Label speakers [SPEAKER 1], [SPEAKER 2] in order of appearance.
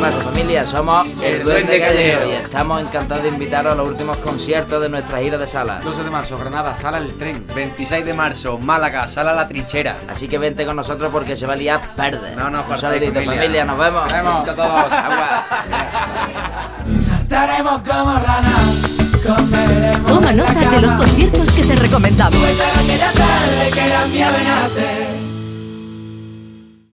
[SPEAKER 1] noches, somos El Duende Callejero y estamos encantados de invitaros a los últimos conciertos de nuestra gira de sala.
[SPEAKER 2] 12 de marzo, Granada, sala El Tren.
[SPEAKER 3] 26 de marzo, Málaga, sala La Trinchera.
[SPEAKER 1] Así que vente con nosotros porque se va a liar perder.
[SPEAKER 3] No, no,
[SPEAKER 1] Un
[SPEAKER 3] partáis,
[SPEAKER 1] saludito,
[SPEAKER 3] familia.
[SPEAKER 1] familia, nos vemos.
[SPEAKER 3] Besito a todos.
[SPEAKER 1] Agua.
[SPEAKER 4] Saltaremos como rana, comeremos.
[SPEAKER 5] Toma
[SPEAKER 4] hasta
[SPEAKER 5] nota de los
[SPEAKER 4] cama.
[SPEAKER 5] conciertos que te recomendamos.
[SPEAKER 4] Recuerda aquella tarde que era mía de nacer.